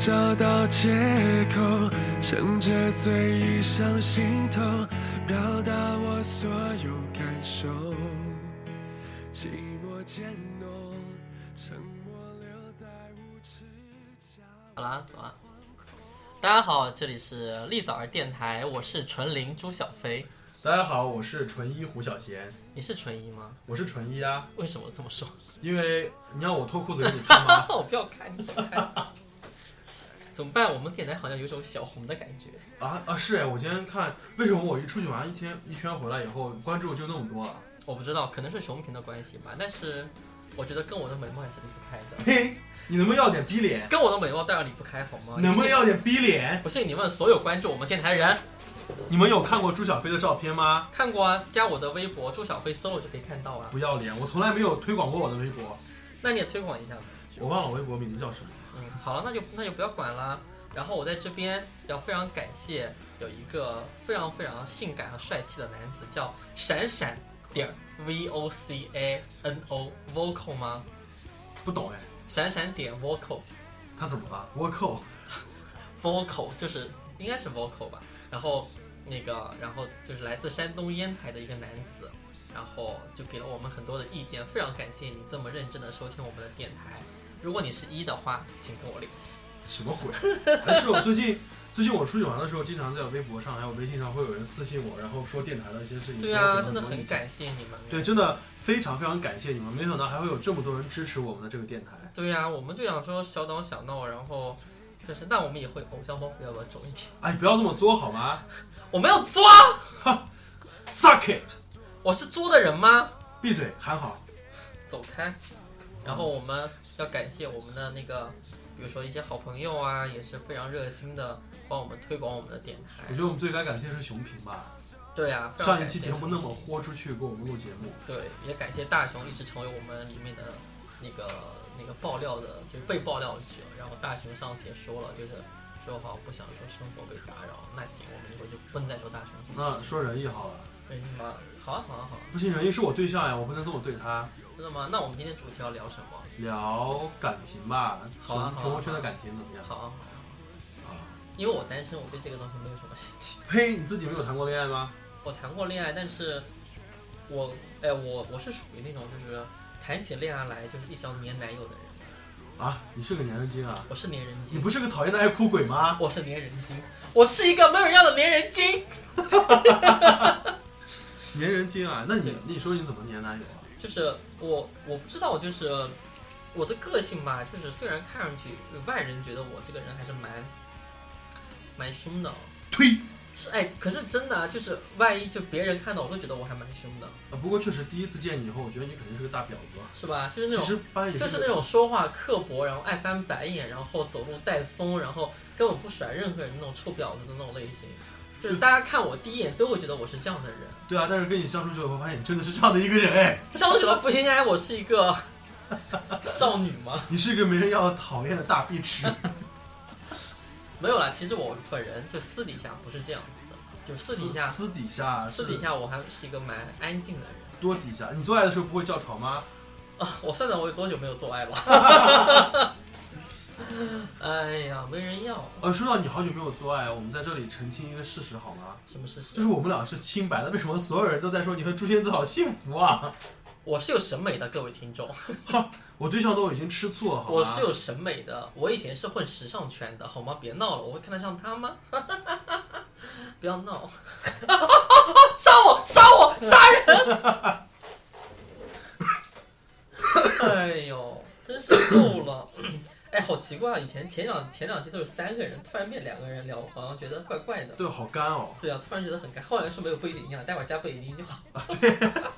找到借口，趁着醉遇上心头，表达我所有感受。寂寞渐浓，沉默留在无耻角。好啦，走啊！大家好，这里是立早儿电台，我是纯零朱小飞。大家好，我是纯一胡小贤，你是纯一吗？我是纯一啊，为什么这么说？？因为你让我脱裤子给你看吗 我不要看，你走开。 怎么办？我们电台好像有种小红的感觉。啊啊是哎，我今天看为什么我一出去玩一天一圈回来以后关注就那么多啊？我不知道，可能是熊屏的关系吧。但是我觉得跟我的美貌也是离不开的，呸！你能不能要点逼 脸？跟我的美貌当然离不开，好吗？能不能你要点逼脸？不信？不信你问所有关注我们电台的人，你们有看过朱小飞的照片吗？看过啊，加我的微博朱小飞搜了就可以看到啊。不要脸！我从来没有推广过我的微博，那你也推广一下吧。我忘了微博名字叫什么。嗯，好了，那就那就不要管了。然后我在这边要非常感谢有一个非常非常性感和帅气的男子，叫闪闪点儿 V O C A N O vocal 吗？不懂哎，闪闪点 vocal 他怎么了？倭寇 vocal 就是应该是 vocal 吧。然后那个，然后就是来自山东烟台的一个男子，然后就给了我们很多的意见，非常感谢你这么认真的收听我们的电台。如果你是一的话，请跟我联系。什么鬼？ 还是我最近最近我出去玩的时候，经常在微博上还有微信上会有人私信我，然后说电台的一些事情。对然后啊，给我真的多很意见感谢你们。对，真的非常非常感谢你们，没想到还会有这么多人支持我们的这个电台。对呀、我们就想说小打小闹，然后就是，那我们也会偶像包袱要不要重一点？哎，不要这么作好吗我没有作，啊？Suck it！我是作的人吗？闭嘴，喊好。走开。然后我们要感谢我们的那个，比如说一些好朋友啊，也是非常热心的帮我们推广我们的电台我觉。得我们最该感谢的是熊平吧，对呀、非常上一期感谢节目那么豁出去给我们录节目，对，也感谢大雄一直成为我们里面的那个那个爆料的，就是被爆料者。然后大雄上次也说了，就是说好不想说生活被打扰，那行，我们以后就不能再说大雄这么那说仁义好了，哎妈，好啊好啊好啊，不行，仁义是我对象呀，我不能这么对他。真的吗？那我们今天主题要聊什么？聊感情吧，好啊好啊熊熊猫圈的感情怎么样？好啊好啊好啊，因为我单身，我对这个东西没有什么兴趣。呸，你自己没有谈过恋爱吗？我谈过恋爱，但是我哎我我是属于那种就是谈起恋爱来就是一直要黏男友的人，啊，你是个粘人精啊！我是粘人你精，不是个讨厌的爱哭鬼吗？我是粘人精，我是一个没有人要的粘人精。粘人精啊！那你你说你怎么粘男友啊？就是我我不知道，就是我的个性吧，就是虽然看上去外人觉得我这个人还是蛮蛮凶的，哦呸！是哎，可是真的啊，就是万一就别人看到，我会觉得我还蛮凶的，啊，不过确实第一次见你以后，我觉得你肯定是个大婊子。啊是吧？就是其那实种，发现就是那种说话刻薄，然后爱翻白眼，然后走路带风，然后根本不甩任何人的那种臭婊子的那种类型。就是大家看我第一眼都会觉得我是这样的人，对啊，但是跟你相处久了以后，发现你真的是这样的一个人哎， 相处久了不应该我是一个少女吗？你是一个没人要讨厌的大碧池。没有啦，其实我本人就私底下不是这样子的，就 私底下私底下私底是下我还是一个蛮安静的人多底下，你做爱的时候不会叫床吗？啊。 我算算我有多久没有做爱了？ 哎呀，没人要。呃，说到你好久没有做爱，我们在这里澄清一个事实好吗？什么事实？就是我们俩是清白的，为什么所有人都在说你和朱仙子好幸福啊？ 我是有审美的，各位听众，我对象都已经吃醋了好吗？我是有审美的。我以前是混时尚圈的，好吗？别闹了，我会看得上他吗？ 不要闹， 杀我，杀我，杀人！哎呦，真是够了。哎，好奇怪啊！以前前两前两期都是三个人，突然变两个人聊，好像觉得怪怪的。对，好干哦。对啊，突然觉得很尴。后来说没有背景音了，待会儿加背景音就好。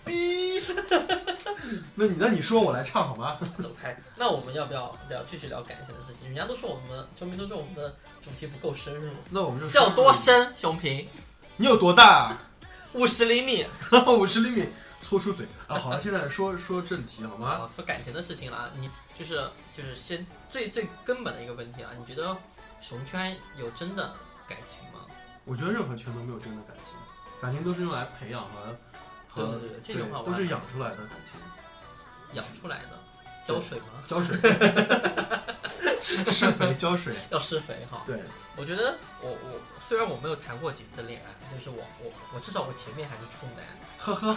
逼， 那你那你说我来唱好吗？ 走开。那我们要不要聊继续聊感情的事情？人家都说我们，球迷都说我们的主题不够深入，那我们就笑说多深？熊平你有多大、 啊？五十厘米。五十厘米，搓出嘴啊！好了，现在说说正题好吗？啊，说感情的事情啦，你就是就是先最最根本的一个问题啊，你觉得熊圈有真的感情吗？我觉得任何圈都没有真的感情，感情都是用来培养和和对对对这句话我都是还养出来的感情。养出来的。 浇水吗？浇水，施肥浇水，要施肥哈。 对，我觉得我我虽然我没有谈过几次恋爱，就是我我我至少我前面还是处男，呵呵，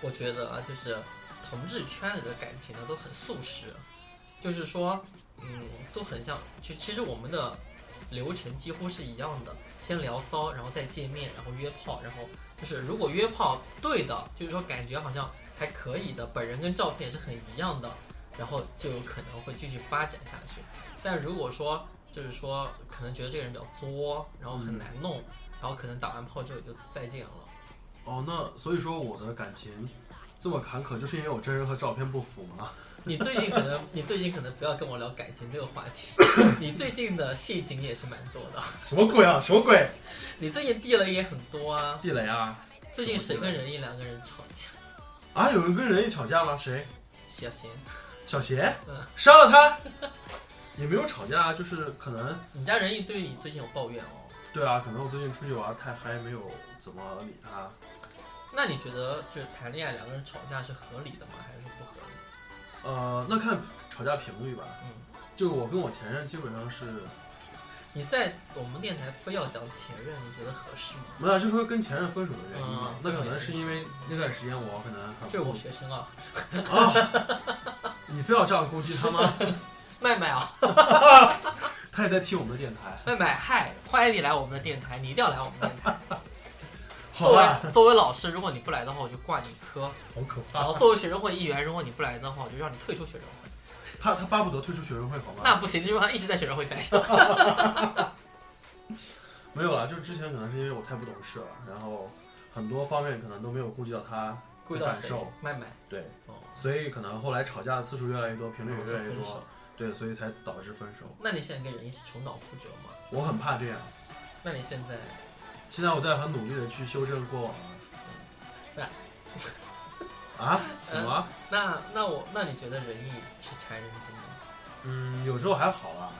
我觉得啊，就是同志圈里的感情呢都很速食，就是说，嗯，都很像，其其实我们的流程几乎是一样的，先聊骚，然后再见面，然后约炮，然后就是如果约炮对的，就是说感觉好像还可以的，本人跟照片也是很一样的，然后就有可能会继续发展下去。但如果说就是说可能觉得这个人比较作，然后很难弄，然后可能打完炮之后也就再见了。哦，那所以说我的感情这么坎坷，就是因为我真人和照片不符嘛。 你最近可能，你最近可能不要跟我聊感情这个话题。你最近的陷阱也是蛮多的， 什么鬼啊？什么鬼？你最近地雷也很多啊。地雷啊！最近谁跟人一两个人吵架？啊，有人跟人一吵架吗？谁？小贤，小邪嗯？杀了他？ 也没有吵架，啊就是可能你家人一对你最近有抱怨哦。对啊，可能我最近出去玩太嗨，没有怎么理他。那你觉得就是谈恋爱两个人吵架是合理的吗？还是不合理？呃，那看吵架频率吧。嗯，就我跟我前任基本上是，你在我们电台非要讲前任，你觉得合适吗？没有，就说跟前任分手的原因嘛。嗯那可能是因为那段时间我可能很这是我学生啊，啊，你非要这样攻击他吗？ 麦麦啊，他也在听我们的电台。麦麦，嗨，欢迎你来我们的电台，你一定要来我们的电台。好啊作吧，为作为老师，如果你不来的话，我就挂你科。好可然后怕。啊作为学生会议员，如果你不来的话，我就让你退出学生会。他他巴不得退出学生会好吗？那不行，就让他一直在学生会待着。没有啦，就是之前可能是因为我太不懂事了，然后很多方面可能都没有顾及到他顾的及到感谁受，？麦麦。对，哦，所以可能后来吵架的次数越来越多，频率也越来越分手多，对，所以才导致分手。那你现在跟人一起重蹈覆辙吗？我很怕这样，那你现在，现在我在很努力的去修正过往那的。 啊？什么？那那我那你觉得仁义是缠人精吗？嗯，有时候还好啦，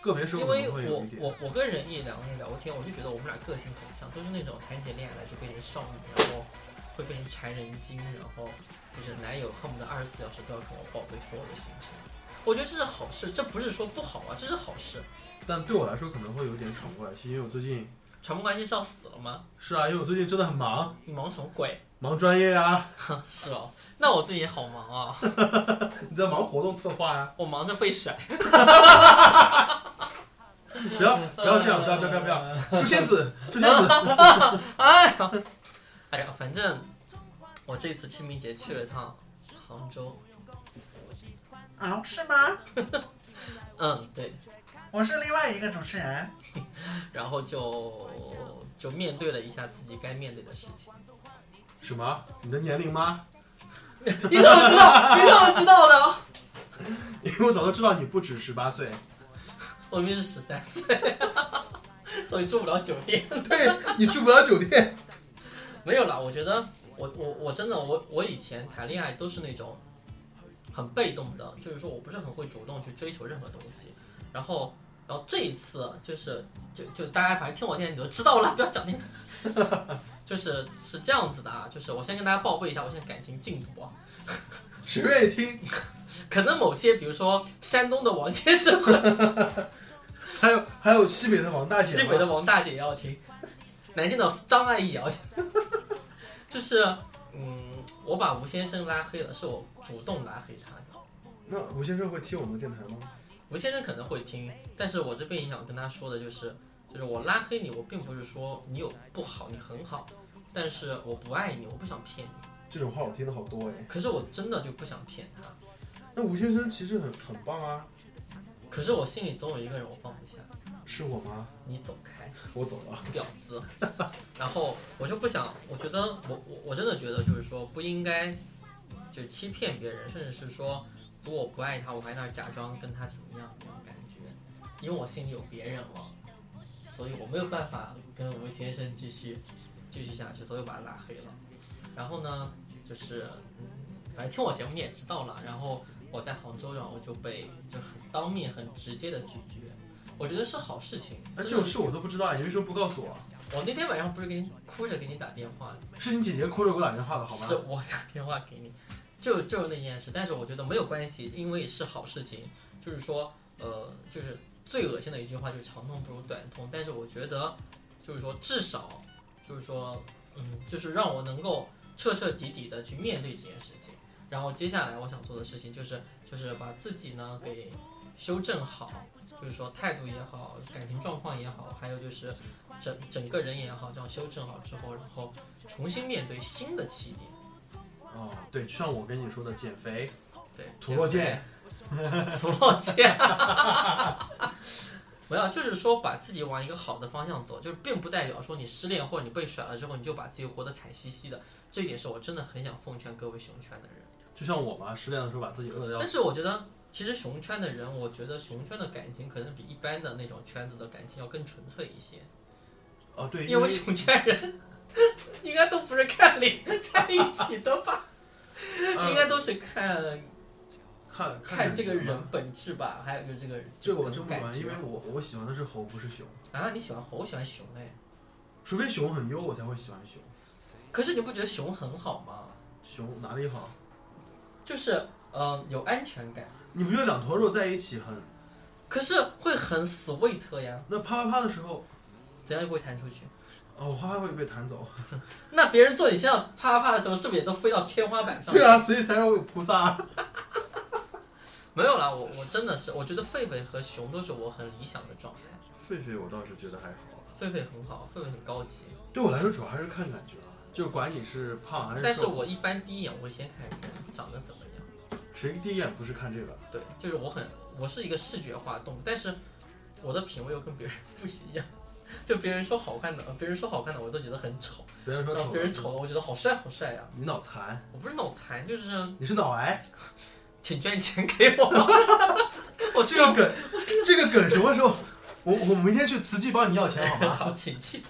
个别时候因可为能会有我一点。我我跟仁义两个人聊过天，我就觉得我们俩个性很像，都是那种谈起恋爱来就变成少女，然后会变成缠人精，然后就是男友恨不得二十四小时都要跟我报备所有的行程。我觉得这是好事，这不是说不好啊，这是好事。但对我来说可能会有点喘不过来气，因为我最近传播关系是要死了吗？是啊，因为我最近真的很忙，你忙什么鬼？忙专业啊， 是哦，那我最近也好忙啊， 你在忙活动策划啊。我忙着被甩。 不要不要这样，不要不要不要不要！诛仙子，诛仙子， 哎呀，反正我这次清明节去了趟杭州。啊，是吗？ 嗯，对，我是另外一个主持人。然后就就面对了一下自己该面对的事 情。什么？你的年龄吗？ 你怎么知道？你怎么知道的？因为我早就知道你不止十八岁。我明明是十三岁， 所以住不了酒店。对你住不了酒店。没有啦，我觉得我我我真的我我以前谈恋爱都是那种很被动的，就是说我不是很会主动去追求任何东西。然后然后这一次就是就就大家反正听我念你都知道了，不要讲那个东西。 就是是这样子的啊，就是我先跟大家报备一下我现在感情进度啊，谁愿意听？ 可能某些比如说山东的王先生和还有还有西北的王大姐西吗北的王大姐也要听，南京的张阿姨也要听， 就是嗯，我把吴先生拉黑了，是我主动拉黑他的。那吴先生会听我们的电台吗？吴先生可能会听，但是我这边也想跟他说的就是，就是我拉黑你，我并不是说你有不好，你很好，但是我不爱你，我不想骗你。这种话我听的好多哎。可是我真的就不想骗他，那吴先生其实很很棒啊，可是我心里总有一个人我放不下，是我吗？你走开。我走了。婊子， 然后我就不想，我觉得我我我真的觉得就是说不应该就欺骗别人，甚至是说如果我不爱他，我还在那儿假装跟他怎么样那种感觉，因为我心里有别人了，所以我没有办法跟吴先生继续继续下去，所以我把他拉黑了。然后呢，就是嗯反正听我节目你也知道了，然后我在杭州，然后就被就很当面很直接的拒绝。我觉得是好事情，哎，真的这种事我都不知道，你为什么不告诉我？我那天晚上不是给你哭着给你打电话，是你姐姐哭着给我打电话的好是吗？我打电话给你，就就是那件事，但是我觉得没有关系，因为是好事情。就是说，呃，就是最恶心的一句话就是长痛不如短痛，但是我觉得，就是说至少，就是说，嗯，就是让我能够彻彻底底的去面对这件事情。然后接下来我想做的事情就是，就是把自己呢给修正好，就是说态度也好，感情状况也好，还有就是整整个人也好，这样修正好之后，然后重新面对新的起点。哦，对，像我跟你说的，减肥、对，土落这样 剑，不抱歉， 没有，就是说把自己往一个好的方向走，就是并不代表说你失恋或者你被甩了之后，你就把自己活得惨兮兮的。这一点是我真的很想奉劝各位熊圈的人。就像我嘛，失恋的时候把自己饿得要但死。是我觉得，其实熊圈的人，我觉得熊圈的感情可能比一般的那种圈子的感情要更纯粹一些，哦，对，因因为为熊圈人 应该都不是看脸在一起的 吧，应该都是看嗯呃看看这个什人么。本质吧，还有就是这个这个我个真不感玩，觉因为我我喜欢的是猴，不是熊。啊，你喜欢猴，我喜欢熊哎。除非熊很优，我才会喜欢熊。可是你不觉得熊很好吗？熊哪里好？就是嗯、呃有安全感，你不觉得两坨肉在一起很？可是会很 sweet 呀，那啪啪啪的时候，怎样又不会弹出去？哦，花花会被弹走。那别人坐你身上啪啪啪的时候，是不是也都飞到天花板上？对，啊，所以才让我有菩萨。没有啦，我我真的是，我觉得狒狒和熊都是我很理想的状态。 狒狒我倒是觉得还好，狒狒很好，狒狒很高级，对我来说主要还是看感觉啊，就管你是胖还但是瘦。我一般第一眼我会先看人长得怎么样。谁第一眼不是看这个？对，就是我很，我是一个视觉化动物，但是我的品味又跟别人 不一样。就别人说好看的，呃别人说好看的，我都觉得很丑；别人说让丑，别人丑，了，我觉得好帅好帅呀、你脑残，我不是脑残，就是你是脑癌。请捐钱给我吧。 我需这个要梗，这个梗什么时候？我我明天去慈济帮你要钱好 吗？哎好，请去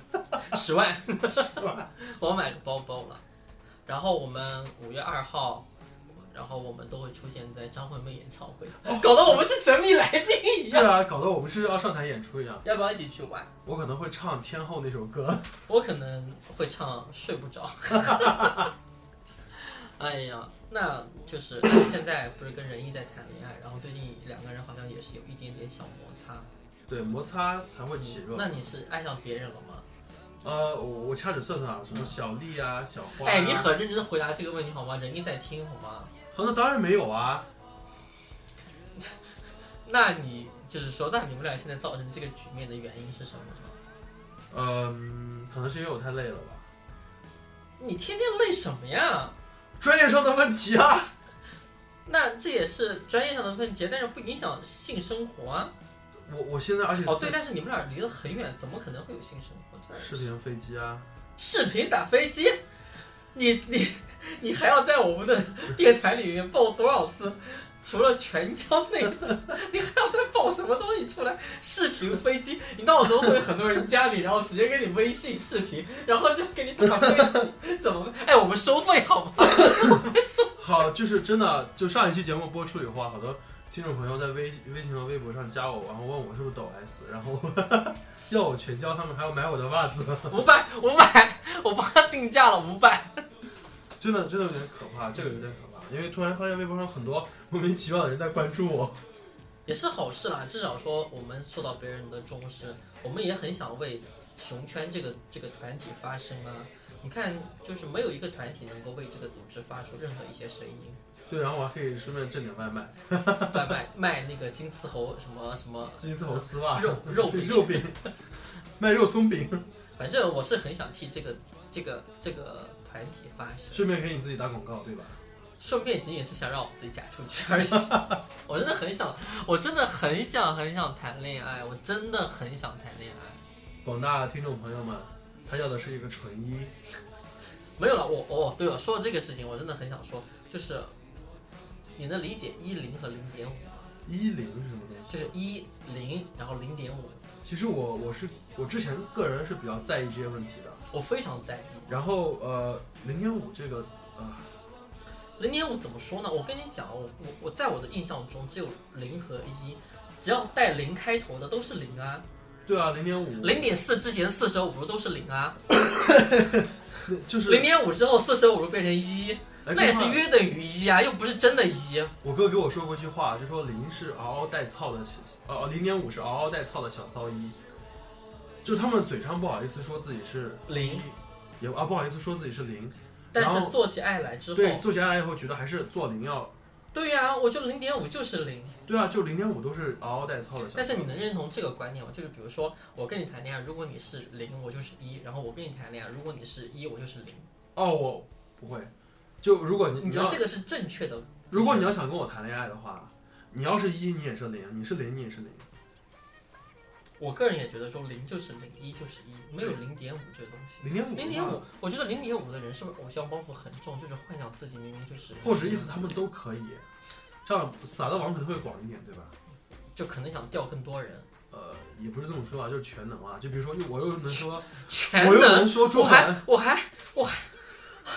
十万， 我买个包包了。然后我们五月二号，然后我们都会出现在张惠妹演唱会，哦搞得我们是神秘来宾一对样。啊，搞得我们是要上台演出一样。要不要一起去玩？我可能会唱《天后》那首歌。我可能会唱睡不 着。哎呀，那就是现在不是跟仁义在谈恋爱，然后最近两个人好像也是有一点点小摩擦。对，摩擦才会起热。那你是爱上别人了吗？呃，我我掐指算算啊，什么小丽啊、小花、啊。哎，你很认真的回答这个问题好吗？人家在听好吗？好，那当然没有啊。那你就是说，那你们俩现在造成这个局面的原因是什么呢？嗯、可能是因为我太累了吧。你天天累什么呀？专业上的问题啊。那这也是专业上的问题，但是不影响性生活啊。我我现在而且哦，对，但是你们俩离得很远，怎么可能会有性生活？真的视频飞机啊，视频打飞机，你你你还要在我们的电台里面报多少次？除了全交那一次，你还要再报什么东西出来？视频飞机，你到时候会很多人加你，然后直接给你微信视频，然后就给你打飞机，怎么办？哎，我们收费好吗？ 好，就是真的，就上一期节目播出以后啊，好多听众朋友在微微信和微博上加我，然后问我是不是抖 S，然后 要我全交，他们还要买我的袜子， 五百五百，我帮他定价了五百。真的真的有点可怕，这个有点可怕，因为突然发现微博上很多莫名其妙的人在关注我， 也是好事啦，至少说我们受到别人的重视，我们也很想为熊圈这个这个团体发声啊。你看，就是没有一个团体能够为这个组织发出任何一些声音。 对，然后我还可以顺便挣点外卖，在卖卖那个金丝猴什么什么，金丝猴丝袜、肉肉饼 肉饼，卖肉松饼，反正我是很想替这个这个这个团体发声，顺便给你自己打广告，对吧？顺便仅仅是想让我自己嫁出去而已。我真的很想，我真的很想很想谈恋爱，我真的很想谈恋爱。广大听众朋友们，他要的是一个纯一，没有了，我哦，对了，说到这个事情，我真的很想说，就是你能理解一零和零点五吗？一零是什么东西？就是一零，然后零点五，其实我我是我之前个人是比较在意这些问题的，我非常在意。然后呃零点五这个啊、零点五怎么说呢？我跟你讲，我我我在我的印象中只有零和一，只要带零开头的都是零啊，对啊零点五零点四之前四舍五入都是零啊，就是零点五之后四舍五入变成一，来那也是这话约等于一啊，又不是真的一。我哥给我说过一句话，就说零是嗷嗷待操的小，哦零点五是嗷嗷待操的小骚一，就他们嘴上不好意思说自己是零，也啊不好意思说自己是零，但然是后做起爱来之后，对，做起来以后觉得还是做零要，对呀、我就零点五就是零。对啊，就零点五都是嗷嗷待操的小骚一。但是你能认同这个观念吗？就是比如说，我跟你谈恋爱，如果你是零，我就是一；然后我跟你谈恋爱，如果你是一，我就是零。哦，我不会，就如果你你你觉得要这个是正确的？如果你要想跟我谈恋爱的话，你要是一你也是零，你是零你也是零，我个人也觉得说零就是零，一就是一，没有零点五这个东西。零点五零点五，我觉得零点五的人是不是偶像包袱很重？就是幻想自己明明就是，或者意思他们都可以，这样撒的网可能会广一点，对吧？就可能想钓更多人，呃，也不是这么说啊，就是全能啊，就比如说又我又能说全我又能能。说中我还文，我还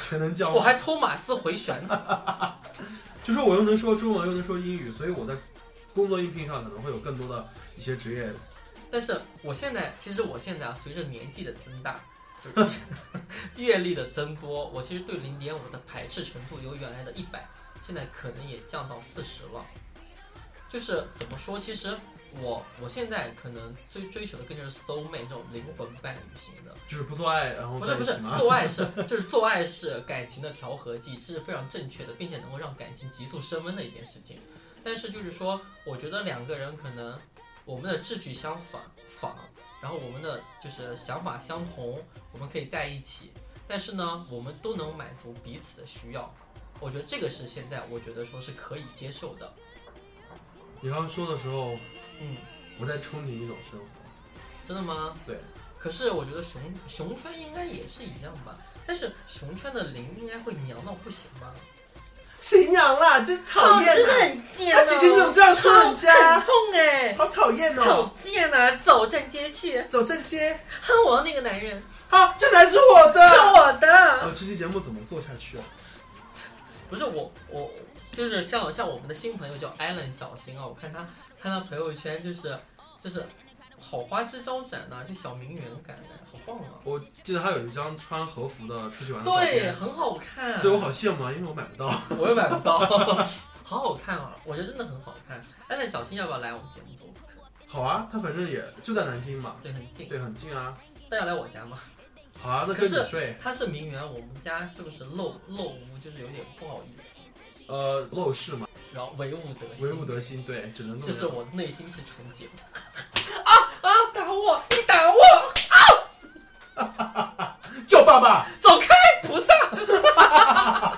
全能教，我还托马斯回旋呢，就说我又能说中文又能说英语，所以我在工作应聘上可能会有更多的一些职业，但是我现在其实我现在啊，随着年纪的增大， 就是阅历的增多，我其实对零点五的排斥程度由原来的一百，现在可能也降到四十了。就是怎么说，其实我我现在可能最追求的更就是 soul mate 这种灵魂伴侣型的，就是不做爱然后不是在不一是起吗？ 做爱是就是做爱是感情的调和剂，这是非常正确的，并且能够让感情急速升温的一件事情。但是就是说，我觉得两个人可能我们的志趣相仿仿，然后我们的就是想法相同，我们可以在一起。但是呢，我们都能满足彼此的需要，我觉得这个是现在我觉得说是可以接受的。你刚刚说的时候，嗯，我在憧憬一种生活。真的吗？对。可是我觉得熊熊川应该也是一样吧，但是熊川的零应该会娘到不行吧？谁娘啦，真讨哦，厌真是啊！很贱啊，哎哦！姐姐你怎么这样说人很啊家？痛哎、好讨厌好哦！贱啊！走正街去，走正街，哼，我要那个男人好，这男是我啊是的，我的。呃，这期节目怎么做下去啊？不是我我就是像像我们的新朋友叫 Allen 小新啊，我看他看他朋友圈就是就是好花枝招展呐、啊就小名媛感的，好棒啊！我记得他有一张穿和服的出去玩的照对，片，很好看。对我好羡慕啊，因为我买不到。 我也买不到， 好好看啊！我觉得真的很好看。Allen 小新要不要来我们节目做客？好啊，他反正也就在南京嘛，对，很近。对，很近啊。但要来我家吗？好啊，那可跟是你睡，他是名媛，我们家是不是漏漏屋，就是有点不好意思，呃，陋室嘛，然后唯物德行，唯吾德馨，对，只能这就么是样。我的内心是纯洁的。 啊，打我！你打我！叫爸爸！走开，菩萨！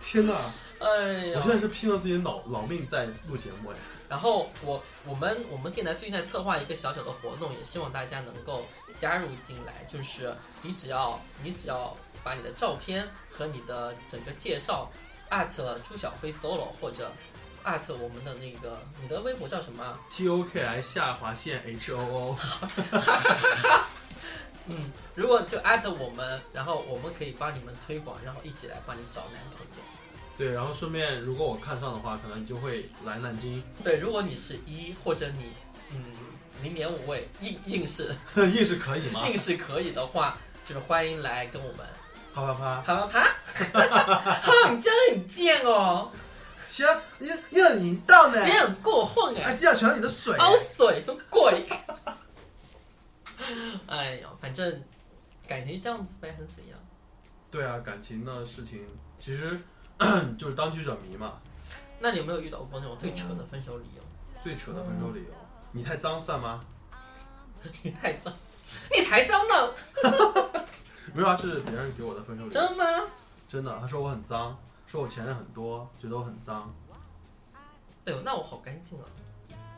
天哪，哎我呀现，在是拼了自己老老命在录节目哎。然后我我们我们电台最近在策划一个小小的活动，也希望大家能够加入进来。就是你只要你只要把你的照片和你的整个介绍，at 朱小飞 solo 或者 at 我们的那个你的微博叫什么啊？ T O K I 下划线 H O O， 嗯，如果就 at 我们，然后我们可以帮你们推广，然后一起来帮你找男朋友。对，然后顺便如果我看上的话，可能你就会来南京， 对，如果你是一或者你嗯零点五位硬硬是硬是可以吗？硬是可以的话，就是欢迎来跟我们啪啪啪！啪啪啪！哈，你真的很贱哦，行，你你很淫荡呢你，很过分哎，哎，地上全是你的水，凹水什么鬼？哎呀，反正感情这样子呗，能怎样？对啊，感情的事情其实 就是当局者迷嘛。那你有没有遇到过那种最扯的分手理由？ 最扯的分手理由，嗯你太脏算吗？你太脏，你才脏呢，没有啊，这是别人给我的分手理由。真的吗？真的，他说我很脏，说我前任很多，觉得我很脏。哎呦，那我好干净啊！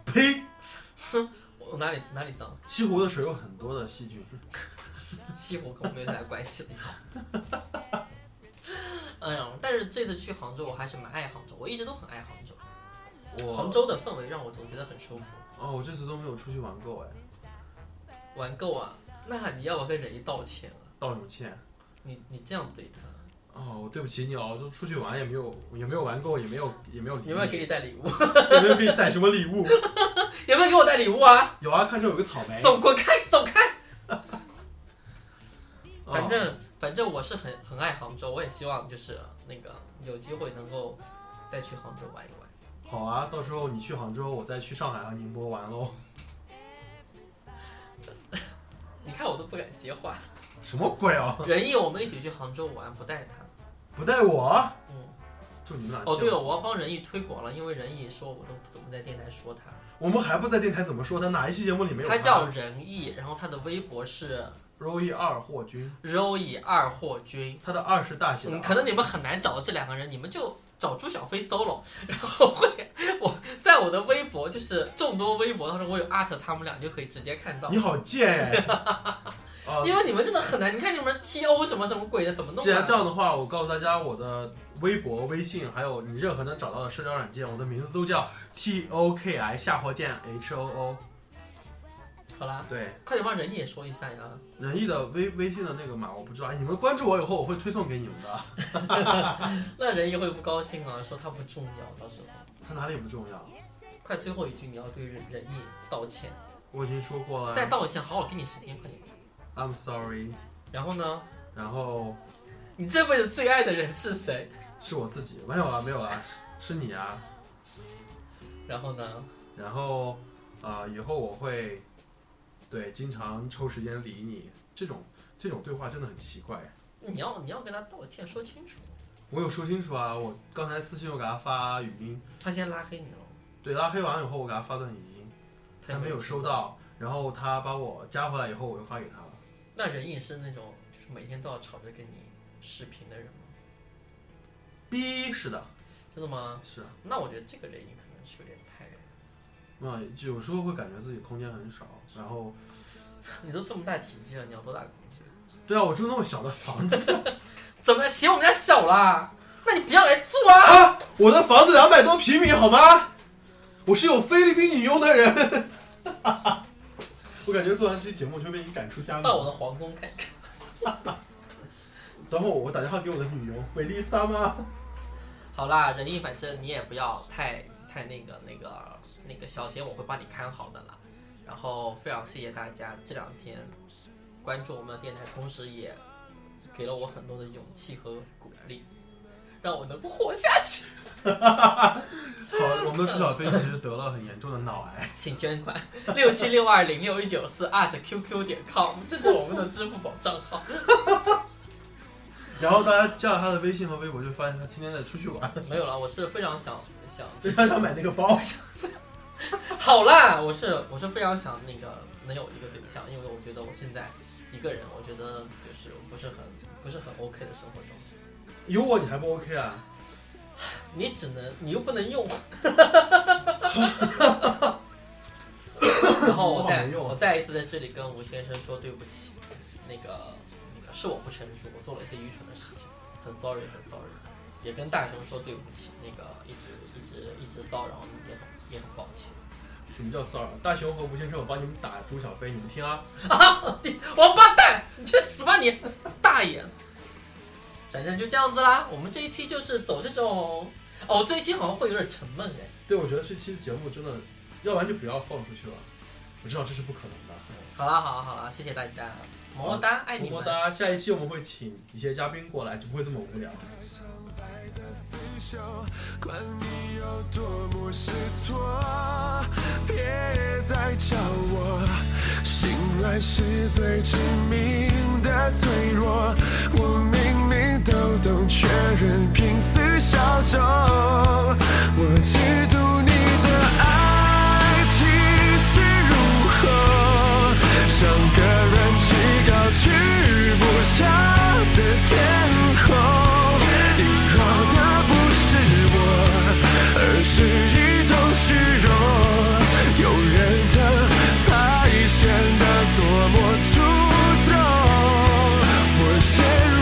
呸！哼，我哪里哪里脏？西湖的水有很多的细菌。西湖跟我没有太大关系了。 哎呀，但是这次去杭州，我还是蛮爱杭州，我一直都很爱杭州。我杭州的氛围让我总觉得很舒服。哦，我这次都没有出去玩够哎，玩够啊，那你要不要跟仁义道歉啊？道什么歉？你你这样对他，哦，对不起你哦，就出去玩也没有，也没有玩够，也没有，也没有理有没有给你带礼物？也没有给你带什么礼物。 有没有给我带礼物啊？ 哎有啊，看这有个草莓。走，滚开，走开！哦反正反正我是很很爱杭州，我也希望就是呃那个有机会能够再去杭州玩一玩。好啊，到时候你去杭州，我再去上海和宁波玩喽。你看我都不敢接话。 什么鬼啊？仁义，我们一起去杭州玩，不带他。不带我？啊嗯，就你们俩去。哦，对了，我要帮仁义推广了，因为仁义说我都不怎么在电台说他。我们还不在电台怎么说他？哪一期节目里没有他叫仁义，然后他的微博是 Roy 二霍军，柔以二霍君。他的二是大写嗯，的二。可能你们很难找到这两个人，你们就找朱小飞 solo，然 后会我在我的微博，就是众多微博当中，我有 at 他们俩，你就可以直接看到你。好贱 哎！啊，因为你们真的很难，你看你们 T O 什么什么鬼的，怎么弄、既然这啊？样的话，我告诉大家，我的微博、微信，还有你任何能找到的社交软件，我的名字都叫 T O K I 下划线 H O O。好啦，对，快点帮仁义也说一下呀。仁义的微微信的那个码我不知道，哎你们关注我以后，我会推送给你们的。那仁义会不高兴啊，说他不重要，到时候。他哪里不重要？快，最后一句你要对仁仁义道歉，我已经说过了。再道歉，好好给你时间，快点。 I'm sorry。然后呢，然后你这辈子最爱的人是谁？是我自己，没有啊，没有啊，是是你啊。然后呢，然后啊、呃以后我会对经常抽时间理你。这种这种对话真的很奇怪。你要你要跟他道歉，说清楚。我有说清楚啊，我刚才私信我给他发语音，他先拉黑你了，对，拉黑完以后我给他发段语音，他他没有收。到，然后他把我加回来以后，我又发给他了。那仁义是那种就是每天都要吵着跟你视频的人吗？逼是的，真的吗？是啊，那我觉得这个仁义可能是有点太……那就有时候会感觉自己空间很少，然后你都这么大体积了，你要多大空间？对啊，我住那么小的房子怎么嫌我们家小啦？那你不要来住啊！啊，我的房子两百多平米好吗？我是有菲律宾女佣的人， 我感觉做完这期节目就被你赶出家门。到我的皇宫看看。等会儿我打电话给我的女佣维丽莎吗？好啦，仁义，反正你也不要太太那个那个那个小贤，我会帮你看好的啦。然后非常谢谢大家这两天关注我们的电台，同时也给了我很多的勇气和鼓励，让我能够活下去。好，我们的朱小飞其实得了很严重的脑癌。请捐款六七六二零六一九四 at qq 点 com，这是我们的支付宝账号。 然后大家加了他的微信和微博，就发现他天天在出去玩，没有了，我是非常想想 非常想买那个包。好啦，我是我是非常想那个能有一个对象，因为我觉得我现在一个人，我觉得就是不是很不是很 OK 的生活状态。 有我你还不 OK 啊？你只能你又不能 用，然后我我好再没用啊我再一次在这里跟吴先生说对不起，那个那个是我不成熟，我做了一些愚蠢的事情，很 sorry 很 sorry，也跟大雄说对不起，那个一直一直一直骚扰你，也很也很抱歉。 什么叫骚扰？大雄和吴先生，我帮你们打朱小飞，你们听啊。王八蛋，你去死吧你！大爷！反正就这样子啦，我们这一期就是走这种，哦，这一期好像会有点沉闷哎。对，我觉得这期节目真的，要不然就不要放出去了。我知道这是不可能的。好啦好啦好啦，谢谢大家，么么哒，爱么你么们。哒！下一期我们会请一些嘉宾过来，就不会这么无聊。苍白的刺绣，管你有多么失措，别再叫我心软是最致命的脆弱。我明明都懂，却仍拼死效忠。我嫉妒你的爱气势如虹，像个人气高去不下的天空。你要的不是我，而是一种虚荣。有人的才显得多么出众。我相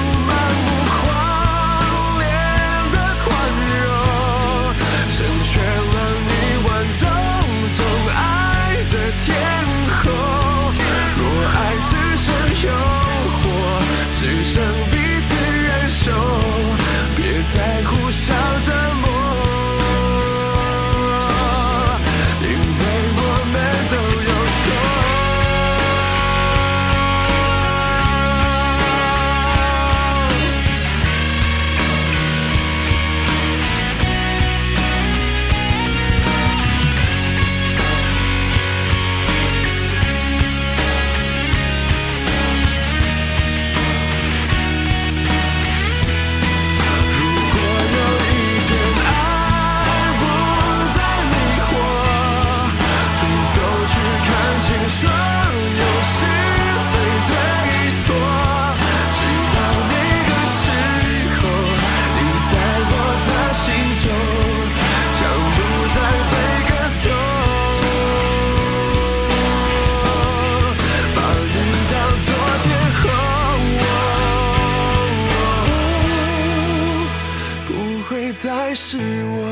是我。